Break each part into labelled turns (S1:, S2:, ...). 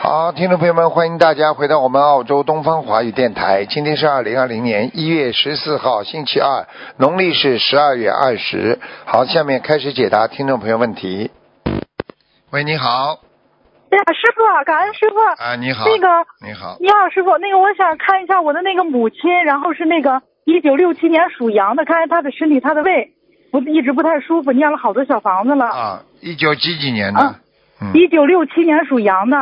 S1: 好，听众朋友们，欢迎大家回到我们澳洲东方华语电台。今天是二零二零年一月十四号，星期二，农历是十二月二十。好，下面开始解答听众朋友问题。喂，你好，
S2: 哎呀，师傅，啊，感恩师傅。
S1: 啊，你好，
S2: 那个，
S1: 你好，
S2: 你好，师傅，那个我想看一下我的那个母亲，然后是那个一九六七年属羊的，看看她的身体，她的胃不一直不太舒服，念了好多小房子了。
S1: 啊，一九几几年的
S2: 啊？
S1: 嗯，
S2: 一九六七年属羊的，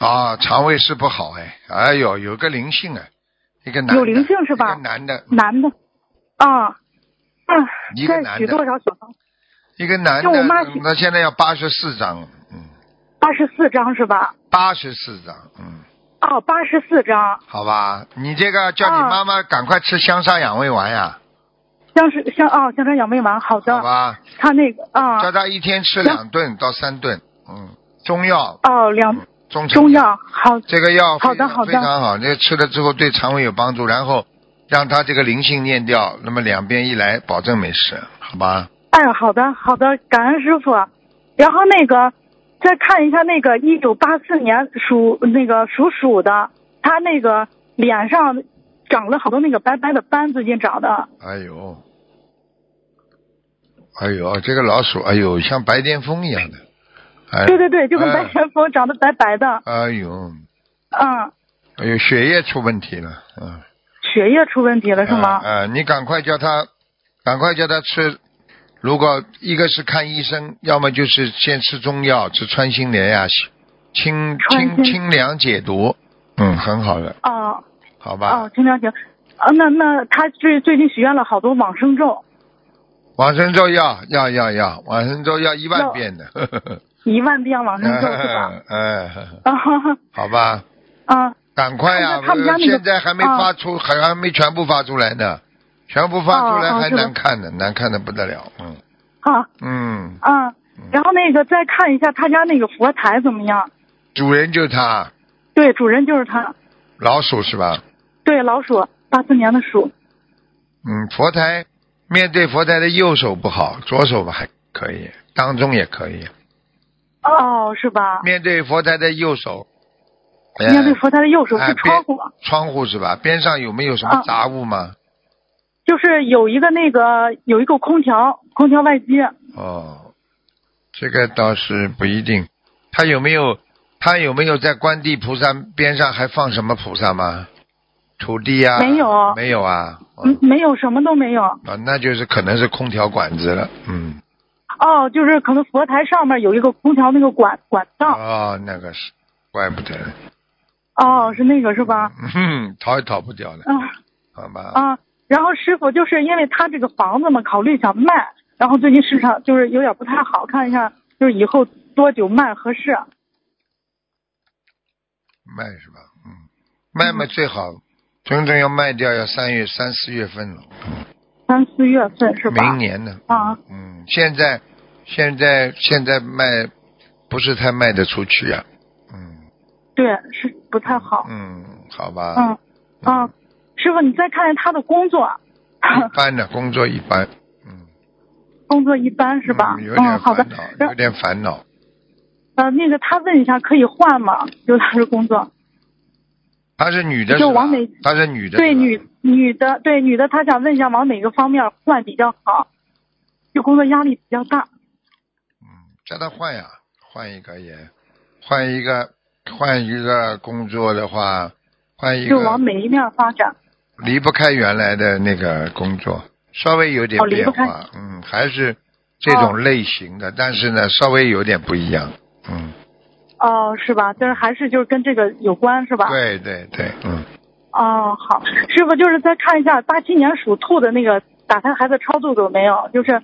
S1: 啊，肠胃是不好哎，哎呦，有个灵性哎，一个男的，
S2: 有灵性是吧
S1: 一个男的，
S2: 男的，啊，嗯，
S1: 一个
S2: 该
S1: 男
S2: 许
S1: 的
S2: 多少小房子？
S1: 一个男
S2: 就我
S1: 的
S2: 妈，
S1: 他现在要八十四张，嗯，
S2: 八十四张是吧？
S1: 八十四张，嗯。
S2: 哦，八十四张，
S1: 好吧，你这个叫你妈妈赶快吃香砂养胃丸呀，
S2: 像是像哦，香肠养胃丸，好
S1: 好
S2: 的，
S1: 吧？
S2: 她那个
S1: 叫
S2: 啊，
S1: 她一天吃两顿到三顿，嗯，中药，
S2: 哦，两
S1: 嗯中成
S2: 中药好，
S1: 这个药非
S2: 好的
S1: 常
S2: 好
S1: 非
S2: 的
S1: 常好，这个吃了之后对肠胃有帮助，然后让她这个灵性念掉，那么两边一来，保证没事，好吧？
S2: 哎，好的，好的，感恩师傅。然后那个，再看一下那个一九八四年属那个属鼠的，他那个脸上长了好多那个白白的斑，最近长的。
S1: 哎呦，哎呦，这个老鼠，哎呦，像白癜风一样的，哎，
S2: 对对对，就跟
S1: 哎
S2: 白癜风长得白白的。
S1: 哎呦，
S2: 嗯，
S1: 哎呦，血液出问题了，嗯。
S2: 血液出问题了是吗？
S1: 呃呃你赶快叫他，赶快叫他吃。如果一个是看医生，要么就是先吃中药，吃穿心莲呀、清
S2: 穿
S1: 清
S2: 心
S1: 清凉解毒。嗯，很好的，
S2: 哦
S1: 好吧。
S2: 哦，清凉行。啊，那那他最最近许愿了好多往生咒，
S1: 往生咒要要要要，往生咒要一万
S2: 要
S1: 遍的。
S2: 一万遍往生 咒是吧？
S1: 嗯嗯，
S2: 啊 哈哈
S1: 好吧，
S2: 啊
S1: 赶快呀、呃
S2: 那他们家那个
S1: 现在还没
S2: 啊
S1: 发出，还还没全部发出来呢，全部发出来
S2: 哦哦
S1: 还
S2: 是吧
S1: 难看呢，难看的不得了。嗯
S2: 啊
S1: 嗯，
S2: 啊！然后那个再看一下他家那个佛台怎么样？
S1: 主人就是他，
S2: 对，主人就是他，
S1: 老鼠是吧？
S2: 对，老鼠，八四年的鼠。
S1: 嗯，佛台面对佛台的右手不好，左手吧还可以，当中也可以。
S2: 哦，是吧？
S1: 面对佛台的右手，呃
S2: 面对佛台的右手
S1: 哎
S2: 是窗户，
S1: 窗户是吧？边上有没有什么
S2: 啊
S1: 杂物吗？
S2: 就是有一个那个有一个空调，空调外机。
S1: 哦，这个倒是不一定。他有没有他有没有在观地菩萨边上还放什么菩萨吗？土地呀、
S2: 没有
S1: 没有啊。哦
S2: 嗯，没有，什么都没有。
S1: 啊，那就是可能是空调管子了，嗯，
S2: 哦，就是可能佛台上面有一个空调那个管管道。
S1: 哦，那个是，怪不得了，
S2: 哦，是那个是吧？
S1: 嗯哼，逃也逃不掉了，
S2: 啊
S1: 好吧？
S2: 啊！然后师傅就是因为他这个房子嘛，考虑想卖，然后最近市场就是有点不太好，看一下就是以后多久卖合适。
S1: 卖是吧？嗯，卖嘛最好，真正要卖掉要三月三四月份了，
S2: 三四月份是吧？
S1: 明年呢。
S2: 啊
S1: 嗯，现在现在现在卖不是太卖得出去呀、嗯
S2: 对，是不太好。
S1: 嗯，好吧。
S2: 嗯嗯，师傅，你再看看他的工作，
S1: 一般的工作一般，嗯，
S2: 工作一般 是吧？
S1: 嗯有
S2: 嗯，
S1: 点
S2: 好的
S1: 烦恼，。有
S2: 然
S1: 点烦恼。
S2: 呃，那个他问一下，可以换吗？就他的工作，
S1: 她是女的
S2: 就是
S1: 吧
S2: 往哪？
S1: 她是女的。
S2: 对
S1: 是吧
S2: 女女的，对女的，他想问一下往哪个方面换比较好？就工作压力比较大。
S1: 叫他换呀，换一个也，换一个换一个工作的话，换一
S2: 就
S1: 个
S2: 往每一面发展。
S1: 离不开原来的那个工作，稍微有点
S2: 哦离
S1: 变
S2: 不开
S1: 化，嗯，还是这种类型的，但是呢，稍微有点不一样，嗯，
S2: 哦，是吧？但是还是就是跟这个有关，是吧？
S1: 对对对，嗯，
S2: 哦，好，师傅就是再看一下八七年属兔的那个打胎孩子超度走没有？就是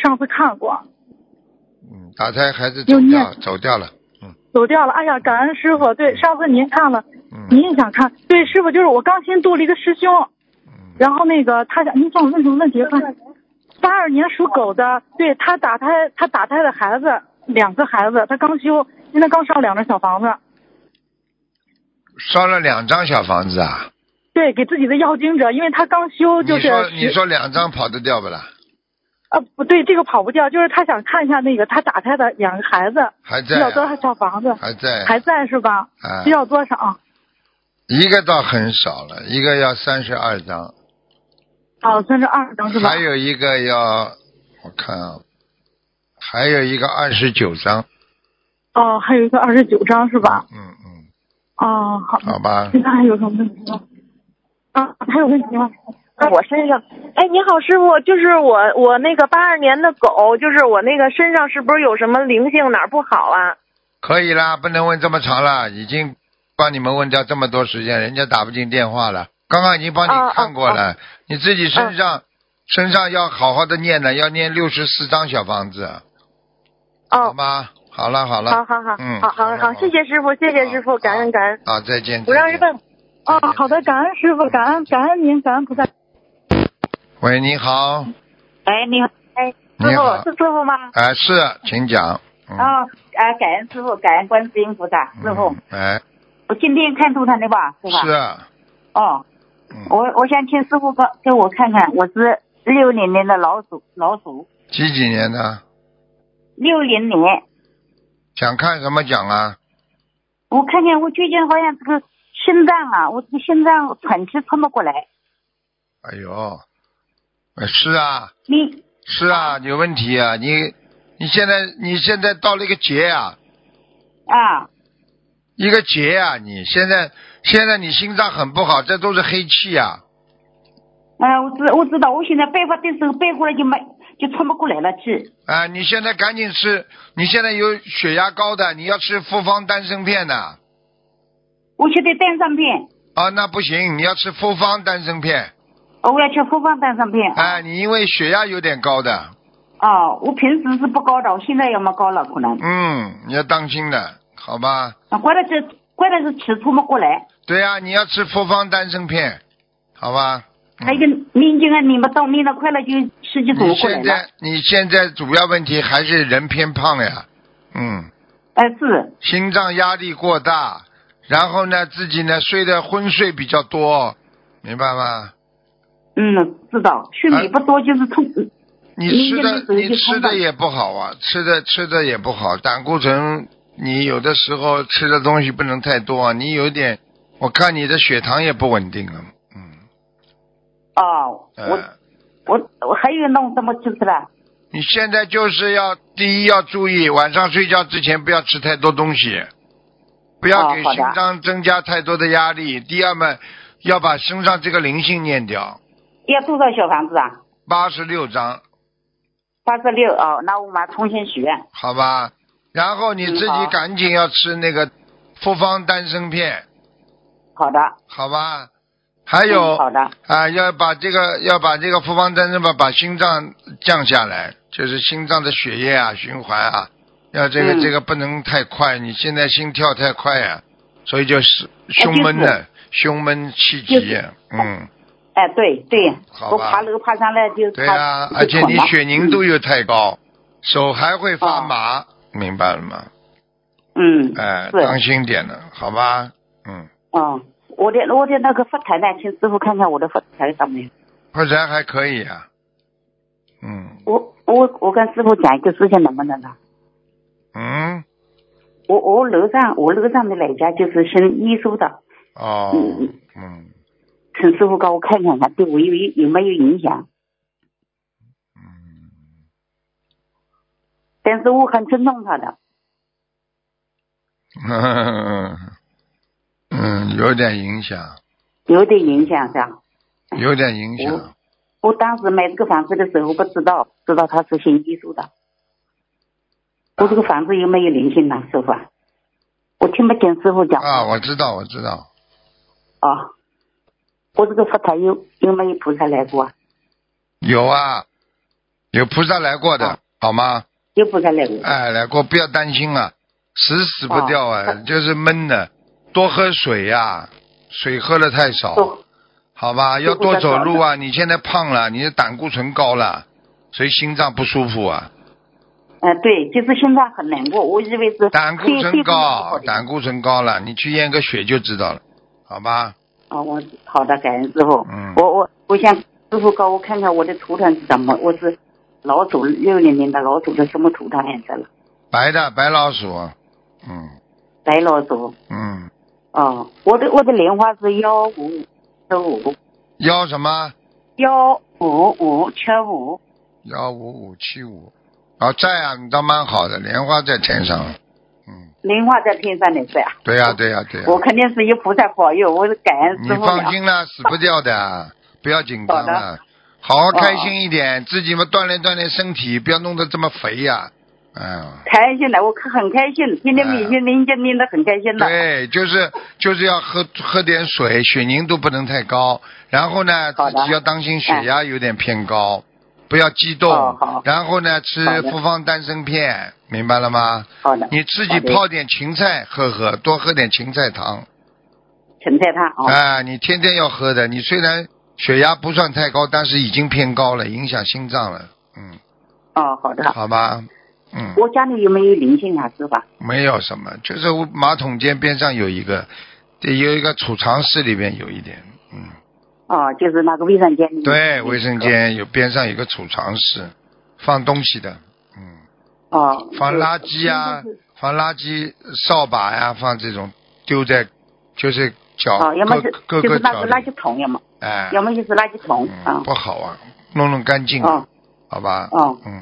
S2: 上次看过，
S1: 嗯，打胎孩子走
S2: 有
S1: 掉
S2: 念
S1: 走掉了，嗯
S2: 走掉了。哎呀，感恩师傅，对，上次您看了，
S1: 嗯，
S2: 您也想看，对，师傅就是我刚新度了一个师兄，
S1: 嗯
S2: 然后那个他想，您想问什么问题？看，八二年属狗的，对他打胎，他打胎的孩子两个孩子，他刚修，现在刚上两张小房子，
S1: 烧了两张小房子啊，
S2: 对，给自己的要经者，因为他刚修，就
S1: 你
S2: 是
S1: 说你说两张跑得掉不啦？
S2: 呃，不对，这个跑不掉，就是他想看一下那个他打胎的两个孩子
S1: 还在、
S2: 要多少
S1: 啊，
S2: 小房子，
S1: 还在、
S2: 还在是吧？
S1: 啊，
S2: 需要多少？
S1: 一个倒很少了，一个要三十二张，
S2: 哦，三十二张是吧
S1: 还？有一个要我看啊，还有一个二十九张，
S2: 哦，还有一个二十九张是吧？
S1: 嗯嗯，
S2: 哦，好，
S1: 好吧，
S2: 其他还有什么问题吗？啊，还有问题吗？
S3: 在我身上。哎，你好，师傅，就是我，我那个八二年的狗，就是我那个身上是不是有什么灵性，哪儿不好啊？
S1: 可以啦，不能问这么长了，已经帮你们问掉这么多时间，人家打不进电话了。刚刚已经帮
S3: 哦
S1: 你
S3: 哦嗯
S1: 看过了，你自己身上、身上要好好的念呢，要念六十四张小房子，好
S3: 哦，
S1: 吗？好了好了，
S3: 好好好，
S1: 嗯
S3: 好好好，谢谢师傅，谢谢师
S1: 好
S3: 傅，感恩感恩，
S1: 啊，再见。
S3: 不让人
S1: 再见
S3: 问。
S2: 哦，好的，感恩师傅，感恩感恩您，感恩菩萨。
S1: 喂，你好，
S4: 哎，你好，哎，师
S1: 你好
S4: 傅是师傅吗？
S1: 哎、是，请讲。嗯、
S4: 啊、啊，感恩师傅，感恩观世音菩萨，师傅，
S1: 嗯，哎，
S4: 我今天看图腾的吧，是吧？
S1: 是。啊，
S4: 哦，
S1: 嗯，
S4: 我我想请师傅帮给我看看，我是六零年的老鼠，老鼠
S1: 几几年的？
S4: 六零年，
S1: 想看什么讲啊？
S4: 我看见我最近好像这个心脏啊，我这个心脏喘气喘不过来，
S1: 哎呦，哎是啊，
S4: 你
S1: 是啊，有问题啊！你你现在你现在到了一个结啊，
S4: 啊，
S1: 一个结啊！你现在现在你心脏很不好，这都是黑气啊！
S4: 啊，我知我知道，我现在背过的时候背过来就没就喘不过来了气，
S1: 啊，你现在赶紧吃，你现在有血压高的，你要吃复方丹参片的啊
S4: 我现在单上片，
S1: 那不行，你要吃复方丹参片。
S4: 我要吃复方单上片，
S1: 哎、你因为血压有点高的，
S4: 哦，我平时是不高的，我现在也没高了，可能。
S1: 嗯，你要当心的，好吧？
S4: 啊，关键是关键是吃出没过来，
S1: 对呀、你要吃复方丹参片，好吧？嗯
S4: 还有一个念经啊，念不动，念到快了就吃就走
S1: 你
S4: 不过来
S1: 现
S4: 了
S1: 在。你现在主要问题还是人偏胖呀，嗯，
S4: 哎、是，
S1: 心脏压力过大，然后呢自己呢睡的昏睡比较多，明白吗？
S4: 嗯，知
S1: 啊
S4: 道，睡眠不多就是痛，
S1: 你吃
S4: 你
S1: 的
S4: 这个属于
S1: 你
S4: 是
S1: 吃
S4: 冲动
S1: 的也不好啊，吃的吃的也不好，胆固醇你有的时候吃的东西不能太多啊，你有点，我看你的血糖也不稳定了，嗯，
S4: 哦，我、
S1: 呃。
S4: 我我还有弄什么就是了，
S1: 你现在就是要第一要注意，晚上睡觉之前不要吃太多东西，不要
S4: 哦
S1: 给
S4: 好的
S1: 心脏增加太多的压力。第二嘛，要把身上这个灵性念掉，
S4: 要多少小房子啊？
S1: 八十六章，
S4: 八十六哦，那我们重新许愿。
S1: 好吧？然后你
S4: 嗯
S1: 自己
S4: 好
S1: 赶紧要吃那个复方丹参片，
S4: 好的，
S1: 好吧？还
S4: 嗯
S1: 有
S4: 好
S1: 啊、
S4: 的，
S1: 要把这个要把这个复方丹参吧，把心脏降下来，就是心脏的血液啊循环啊，要这个、
S4: 嗯
S1: 这个不能太快，你现在心跳太快呀、所以就是胸闷
S4: 哎就
S1: 的，胸闷气急呀、嗯，
S4: 哎、对对
S1: 好，吧
S4: 我爬楼爬上来就
S1: 对
S4: 爬
S1: 呀、
S4: 就哦
S1: 而且
S4: 喘
S1: 你
S4: 了
S1: 血凝度又太高，手还会发麻，明白了吗？
S4: 嗯，
S1: 哎，
S4: 是
S1: 当心点了，好吧？嗯，
S4: 嗯，我的我的那个佛台呢，请师傅看看我的佛台上面。
S1: 或者还可以啊，嗯
S4: 我我我跟师傅讲一个事情能不能啊呢？
S1: 嗯，
S4: 我我楼上我楼上的那家就是姓耶稣的，
S1: 哦
S4: 嗯
S1: 嗯
S4: 请师傅给我看看看对我有有没有影响。但是我很尊重他的，
S1: 嗯，有点影响，
S4: 有点影响是吧？
S1: 有点影响
S4: 我。我当时买这个房子的时候不知道，知道他是姓耶稣的。我这个房子有没有灵性呢，师傅啊？我听不见师傅讲话
S1: 啊，我知道，我知道，
S4: 啊。我这个佛台有有没有菩萨来过啊？
S1: 有啊，有菩萨来过的，
S4: 啊
S1: 好吗？
S4: 有菩萨来过。
S1: 哎，来过，不要担心啊，死死不掉啊，
S4: 哦
S1: 就是闷的，多喝水呀、水喝的太少，
S4: 哦
S1: 好吧？要
S4: 多
S1: 多
S4: 喝点
S1: 走
S4: 水
S1: 路啊，你现在胖了，你的胆固醇高了，所以心脏不舒服啊，
S4: 嗯，对，就是心脏很难过，我以为是
S1: 胆固
S4: 肺
S1: 醇高，。
S4: 肺不好
S1: 胆固醇高了，你去验个血就知道了，好吧？
S4: 哦，我好的，感恩师傅。
S1: 嗯
S4: 我我我想师傅给我看看我的图腾是怎么，我是老鼠六零年的老鼠是什么图腾颜色了？
S1: 白的白老鼠，嗯
S4: 白老鼠。
S1: 嗯，
S4: 哦，我的我的莲花是幺五七五
S1: 幺什么
S4: 幺五五七五。
S1: 幺五五七五，啊在啊，你倒蛮好的，莲花在天上，嗯，
S4: 莲花在天上的是吧？
S1: 对呀、啊对呀、对呀、
S4: 我肯定是有菩萨保佑，我是感恩
S1: 你
S4: 师傅
S1: 放
S4: 了。
S1: 心啦，死不掉的，不要紧张
S4: 好
S1: 了
S4: 的，啊
S1: 好好开心一点，自己嘛锻炼锻炼身体，不要弄得这么肥呀、哎呀。
S4: 开心的，我可很开心，天天每天念经念得很开心的。
S1: 哎对，就是就是要喝喝点水，血凝度不能太高。然后呢，
S4: 好
S1: 自
S4: 的
S1: 己要当心血压有点偏高，不要激动。
S4: 哦好
S1: 然后呢，
S4: 好
S1: 吃
S4: 的
S1: 复方丹参片，明白了吗？
S4: 好的，
S1: 你自己
S4: 好的
S1: 泡点芹菜喝喝，多喝点芹菜汤。
S4: 芹菜汤
S1: 啊、
S4: 啊，
S1: 你天天要喝的。你虽然血压不算太高，但是已经偏高了，影响心脏了。嗯，
S4: 哦，好的。
S1: 好吧。嗯，
S4: 我家里有没有灵性啊，师傅？
S1: 没有什么，就是马桶间边上有一个，有一个储藏室里边有一点。嗯。
S4: 哦，就是那个卫生间里面。
S1: 对，卫生间有边上有个储藏室，放东西的，嗯，
S4: 哦，
S1: 放垃圾啊
S4: 就是，
S1: 放垃圾扫把呀、放这种丢在就是角
S4: 哦，要么
S1: 各
S4: 是
S1: 各
S4: 就是
S1: 个
S4: 那
S1: 角
S4: 个
S1: 里
S4: 垃圾，桶，要么
S1: 哎，
S4: 要么就是垃圾桶啊
S1: 嗯，。不好啊，弄弄干净，
S4: 哦
S1: 好吧，
S4: 哦，
S1: 嗯，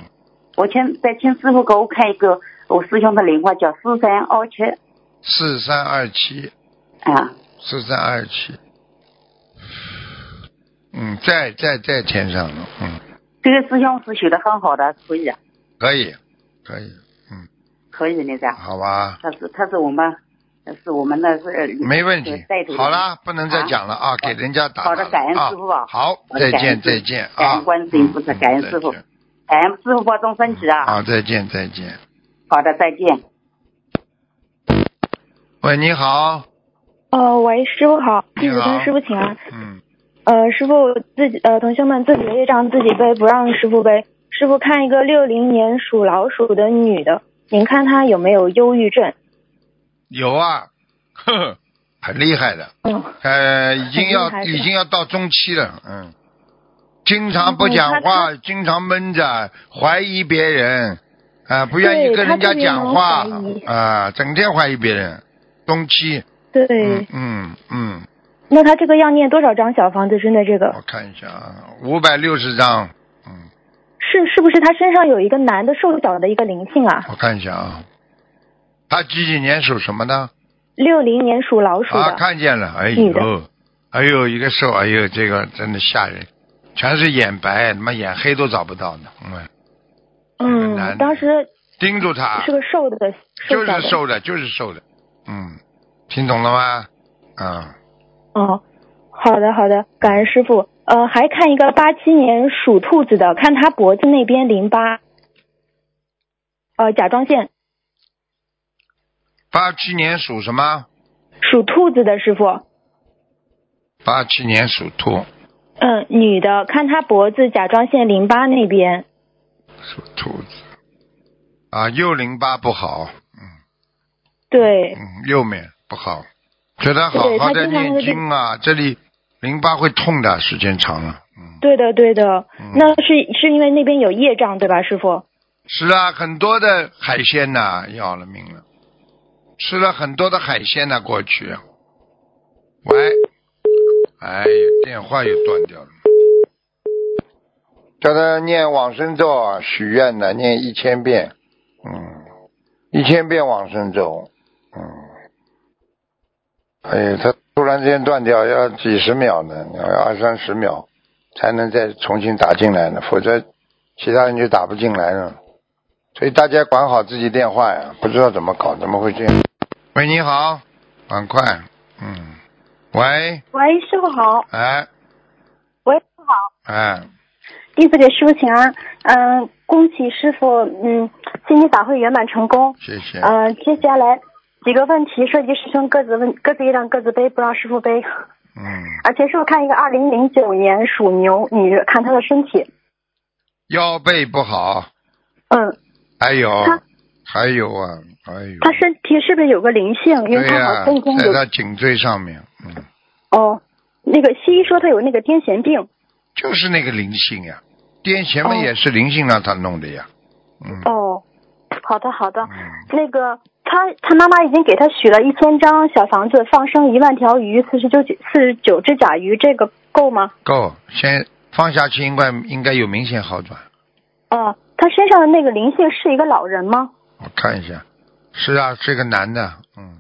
S4: 我请再请师傅给我看一个我师兄的莲花，叫四三二七
S1: 四三二七，
S4: 啊，
S1: 四三二七，嗯，在在在天上了，嗯，
S4: 这个师兄是学的很好的，可以啊，
S1: 可以，可以，嗯，
S4: 可以的噻。
S1: 好吧，
S4: 他是他是我们是我们的是
S1: 没问
S4: 是
S1: 题
S4: 带头，的
S1: 好啦，不能再讲了啊，给人家打
S4: 好的
S1: 了
S4: 感恩
S1: 啊
S4: 师傅啊
S1: 好，
S4: 好的
S1: 再
S4: 感
S1: 见
S4: 恩师傅
S1: 再见啊，
S4: 感恩观世音菩萨
S1: 嗯
S4: 感恩师傅
S1: 再见
S4: 哎，师傅保重身体啊。
S1: 好，再见再见。
S4: 好的，再见。
S1: 喂，你好，
S5: 呃，喂，师傅好，
S1: 你
S5: 弟子
S1: 好
S5: 跟师傅请安。
S1: 嗯，
S5: 呃，师傅自己呃，同学们自己的业障自己背，不让师傅背。师傅看一个六零年属老鼠的女的，您看她有没有忧郁症？
S1: 有啊，呵呵，很厉害的，
S5: 嗯，
S1: 呃，已经
S5: 很厉
S1: 要
S5: 害是吧
S1: 已经要到中期了，嗯，经常不
S5: 嗯
S1: 讲话，经常闷着，怀疑别人，啊，不愿意
S5: 对
S1: 跟
S5: 他
S1: 人家
S5: 特别
S1: 讲
S5: 能
S1: 话
S5: 怀疑，
S1: 啊，整天怀疑别人，中期，
S5: 对。
S1: 嗯嗯嗯。
S5: 那她这个要念多少张小房子？针对这个
S1: 我看一下啊，五百六十张，嗯，
S5: 是是不是她身上有一个男的瘦小的一个灵性啊？
S1: 我看一下啊，他几几年属什么呢？
S5: 六零年属老鼠的。
S1: 啊，看见了，哎
S5: 女的
S1: 呦，哎呦，一个瘦，哎呦，这个真的吓人，全是眼白，他妈眼黑都找不到呢，嗯，这个男的
S5: 嗯，当时
S1: 盯住他
S5: 是，个瘦的，
S1: 啊就
S5: 瘦小的。
S1: 是瘦的，就是瘦的，嗯，听懂了吗？啊，
S5: 哦，好的好的，感恩师傅。呃，还看一个八七年属兔子的，看他脖子那边淋巴，呃，甲状腺，
S1: 八七年属什么？
S5: 属兔子的师傅，
S1: 八七年属兔，
S5: 嗯，女的，看她脖子甲状腺淋巴那边，
S1: 属兔子，啊，右淋巴不好，
S5: 对，
S1: 嗯，右面不好，觉得好
S5: 对
S1: 好
S5: 他
S1: 的
S5: 经常
S1: 念
S5: 会被
S1: 经啊，这里淋巴会痛的，时间长了，嗯，
S5: 对的对的
S1: 嗯，
S5: 那是是因为那边有业障对吧，师傅？
S1: 是啊，很多的海鲜呐、要了命了，吃了很多的海鲜呐、过去，喂，哎呀，电话又断掉了，叫他念往生咒啊，许愿呢，念一千遍，嗯，一千遍往生咒，嗯，哎呀，他突然之间断掉，要几十秒呢，要二三十秒才能再重新打进来呢，否则其他人就打不进来了。所以大家管好自己电话呀，不知道怎么搞，怎么会这样？喂，你好，赶快，嗯，喂，
S6: 喂，师傅好，
S1: 哎，
S6: 喂，师傅好，
S1: 哎，
S6: 弟子给师傅请安，嗯、恭喜师傅，嗯，今天法会圆满成功，
S1: 谢谢。
S6: 呃，接下来几个问题涉及师兄各自问，各自一辆各自背，不让师傅背，
S1: 嗯，
S6: 而且师傅看一个二零零九年属牛女，看她的身体，
S1: 腰背不好，
S6: 嗯，
S1: 还有啊
S6: 他，
S1: 还有啊，还有，
S6: 她身体是不是有个灵性？因
S1: 对
S6: 为她
S1: 呀、
S6: 好像已经
S1: 在
S6: 有、
S1: 他颈椎上面，嗯，
S6: 哦，那个西医说她有那个癫痫病，
S1: 就是那个灵性呀、癫痫嘛
S6: 哦
S1: 也是灵性让他弄的呀。嗯，
S6: 哦，好的好的，
S1: 嗯
S6: 那个他他妈妈已经给他许了一千张小房子，放生一万条鱼，四十九四十九只甲鱼，这个够吗？
S1: 够，先放下去应该应该有明显好转。
S6: 哦，他身上的那个灵性是一个老人吗？
S1: 我看一下，是啊，是个男的，嗯，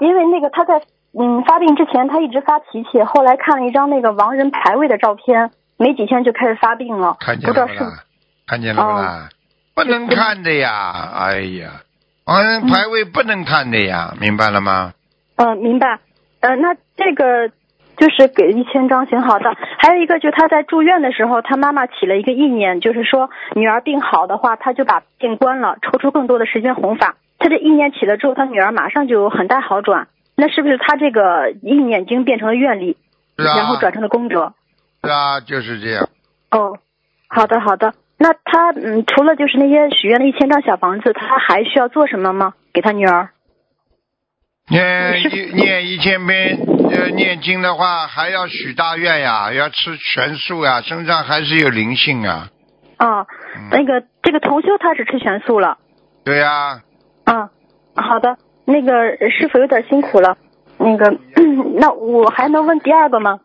S6: 因为那个他在嗯发病之前他一直发脾气，后来看了一张那个亡人牌位的照片，没几天就开始发病了，
S1: 看
S6: 不
S1: 见
S6: 知
S1: 了不
S6: 道是哦
S1: 啦？看见了不啦？不能看的呀，哎呀，亡人牌位不能看的
S6: 嗯
S1: 呀，明白了吗？
S6: 呃，明白。呃，那这个就是给一千张，行，好的。还有一个，就是他在住院的时候，他妈妈起了一个意念，就是说女儿病好的话，他就把病关了，抽出更多的时间弘法。他这意念起了之后，他女儿马上就有很大好转。那是不是他这个意念已经变成了愿力，
S1: 是啊
S6: 然后转成了功德？
S1: 是啊，就是这样。
S6: 哦，好的，好的。那他嗯，除了就是那些许愿的一千张小房子，他还需要做什么吗？给他女儿？
S1: 念
S6: 是
S1: 一念一千遍呃念经的话，还要许大愿呀，要吃全素呀，身上还是有灵性啊。
S6: 啊、
S1: 嗯
S6: 那个这个同修他是吃全素了。
S1: 对呀、
S6: 啊，好的，那个师傅有点辛苦了。那个， 那我还能问第二个吗？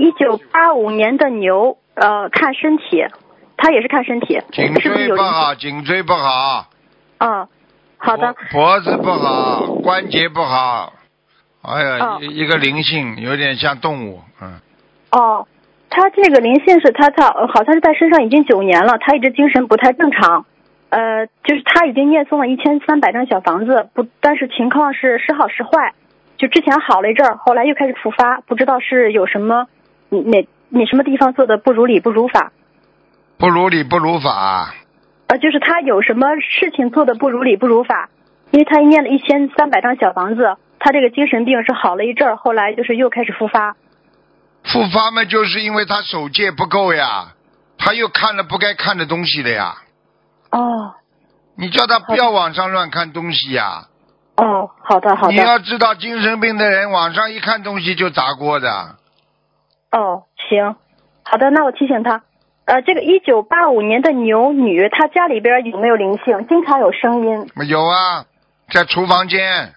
S6: 一九八五年的牛，呃，看身体，他也是看身体，
S1: 颈
S6: 是不是
S1: 椎
S6: 有
S1: 不
S6: 灵性？
S1: 好，颈椎不好，
S6: 啊，好的，
S1: 脖，脖子不好，关节不好，哎呀，
S6: 哦
S1: 一一个灵性，有点像动物，嗯，
S6: 哦，他这个灵性是他他呃好像是在身上已经九年了，他一直精神不太正常。呃，就是他已经念诵了一千三百张小房子，不，但是情况是时好时坏，就之前好了一阵儿，后来又开始复发，不知道是有什么哪哪什么地方做的不如理不如法，
S1: 不如理不如法，啊
S6: 呃，就是他有什么事情做的不如理不如法，因为他念了一千三百张小房子，他这个精神病是好了一阵儿，后来就是又开始复发。
S1: 复发嘛，就是因为他手戒不够呀，他又看了不该看的东西了呀，
S6: 哦
S1: 你叫他不要网上乱看东西呀，
S6: 哦，好的好的。
S1: 你要知道，精神病的人网上一看东西就砸锅的，
S6: 哦，行，好的，那我提醒他。呃，这个一九八五年的牛女，她家里边有没有灵性？经常有声音。
S1: 有啊，在厨房间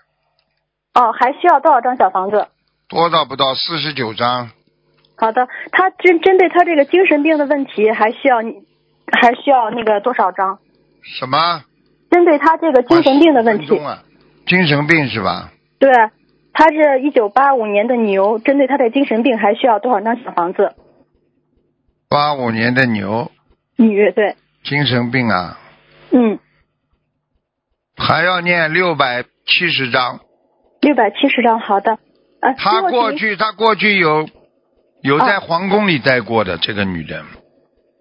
S6: 哦，还需要多少张小房子？
S1: 多到不到四十九张，
S6: 好的，她针针对她这个精神病的问题，还需要还需要那个多少张？
S1: 什么
S6: 针对她这个精神病的问
S1: 20
S6: 题
S1: 分，钟啊，精神病是吧？
S6: 对，她是一九八五年的牛，针对她的精神病还需要多少张小房子？
S1: 八五年的牛，
S6: 女，对，
S1: 精神病啊，
S6: 嗯，
S1: 还要念六百七十章。
S6: 六百七十张，好的。 呃，
S1: 她
S6: 另外
S1: 过
S6: 一个
S1: 去，她过去有有在皇宫里待过的、这个女人。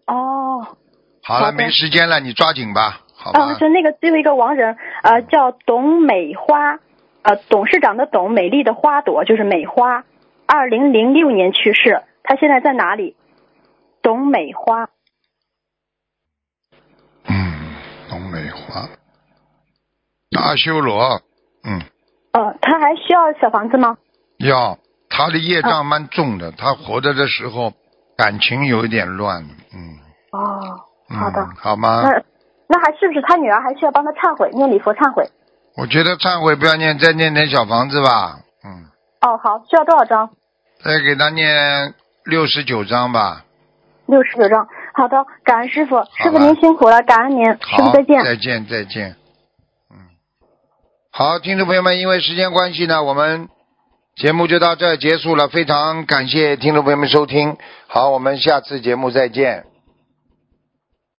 S6: 哦，
S1: 好
S6: 好
S1: 了，
S6: 的
S1: 没时间了，你抓紧吧，好吧？
S6: 啊，就那个最后一个亡人，呃，叫董美花，呃，董事长的董，美丽的花朵就是美花。二零零六年去世，她现在在哪里？董美花，
S1: 嗯，董美花，阿修罗，嗯，
S6: 呃，她还需要小房子吗？
S1: 要她的业障蛮重
S6: 哦
S1: 的，她活着的时候感情有一点乱，嗯，
S6: 哦，
S1: 嗯啊
S6: 好的
S1: 好吗？
S6: 那那还是不是她女儿还需要帮她忏悔，念礼佛忏悔？
S1: 我觉得忏悔不要念，再念点小房子吧，嗯。
S6: 哦，好，需要多少张？
S1: 再给他念六十九章吧。
S6: 六十九张。好的，感恩师傅，师傅
S1: 吧
S6: 您辛苦了，感恩您，师
S1: 好，
S6: 傅再见。
S1: 再见，再见。嗯，好，听众朋友们，因为时间关系呢，我们节目就到这儿结束了。非常感谢听众朋友们收听，好，我们下次节目再见。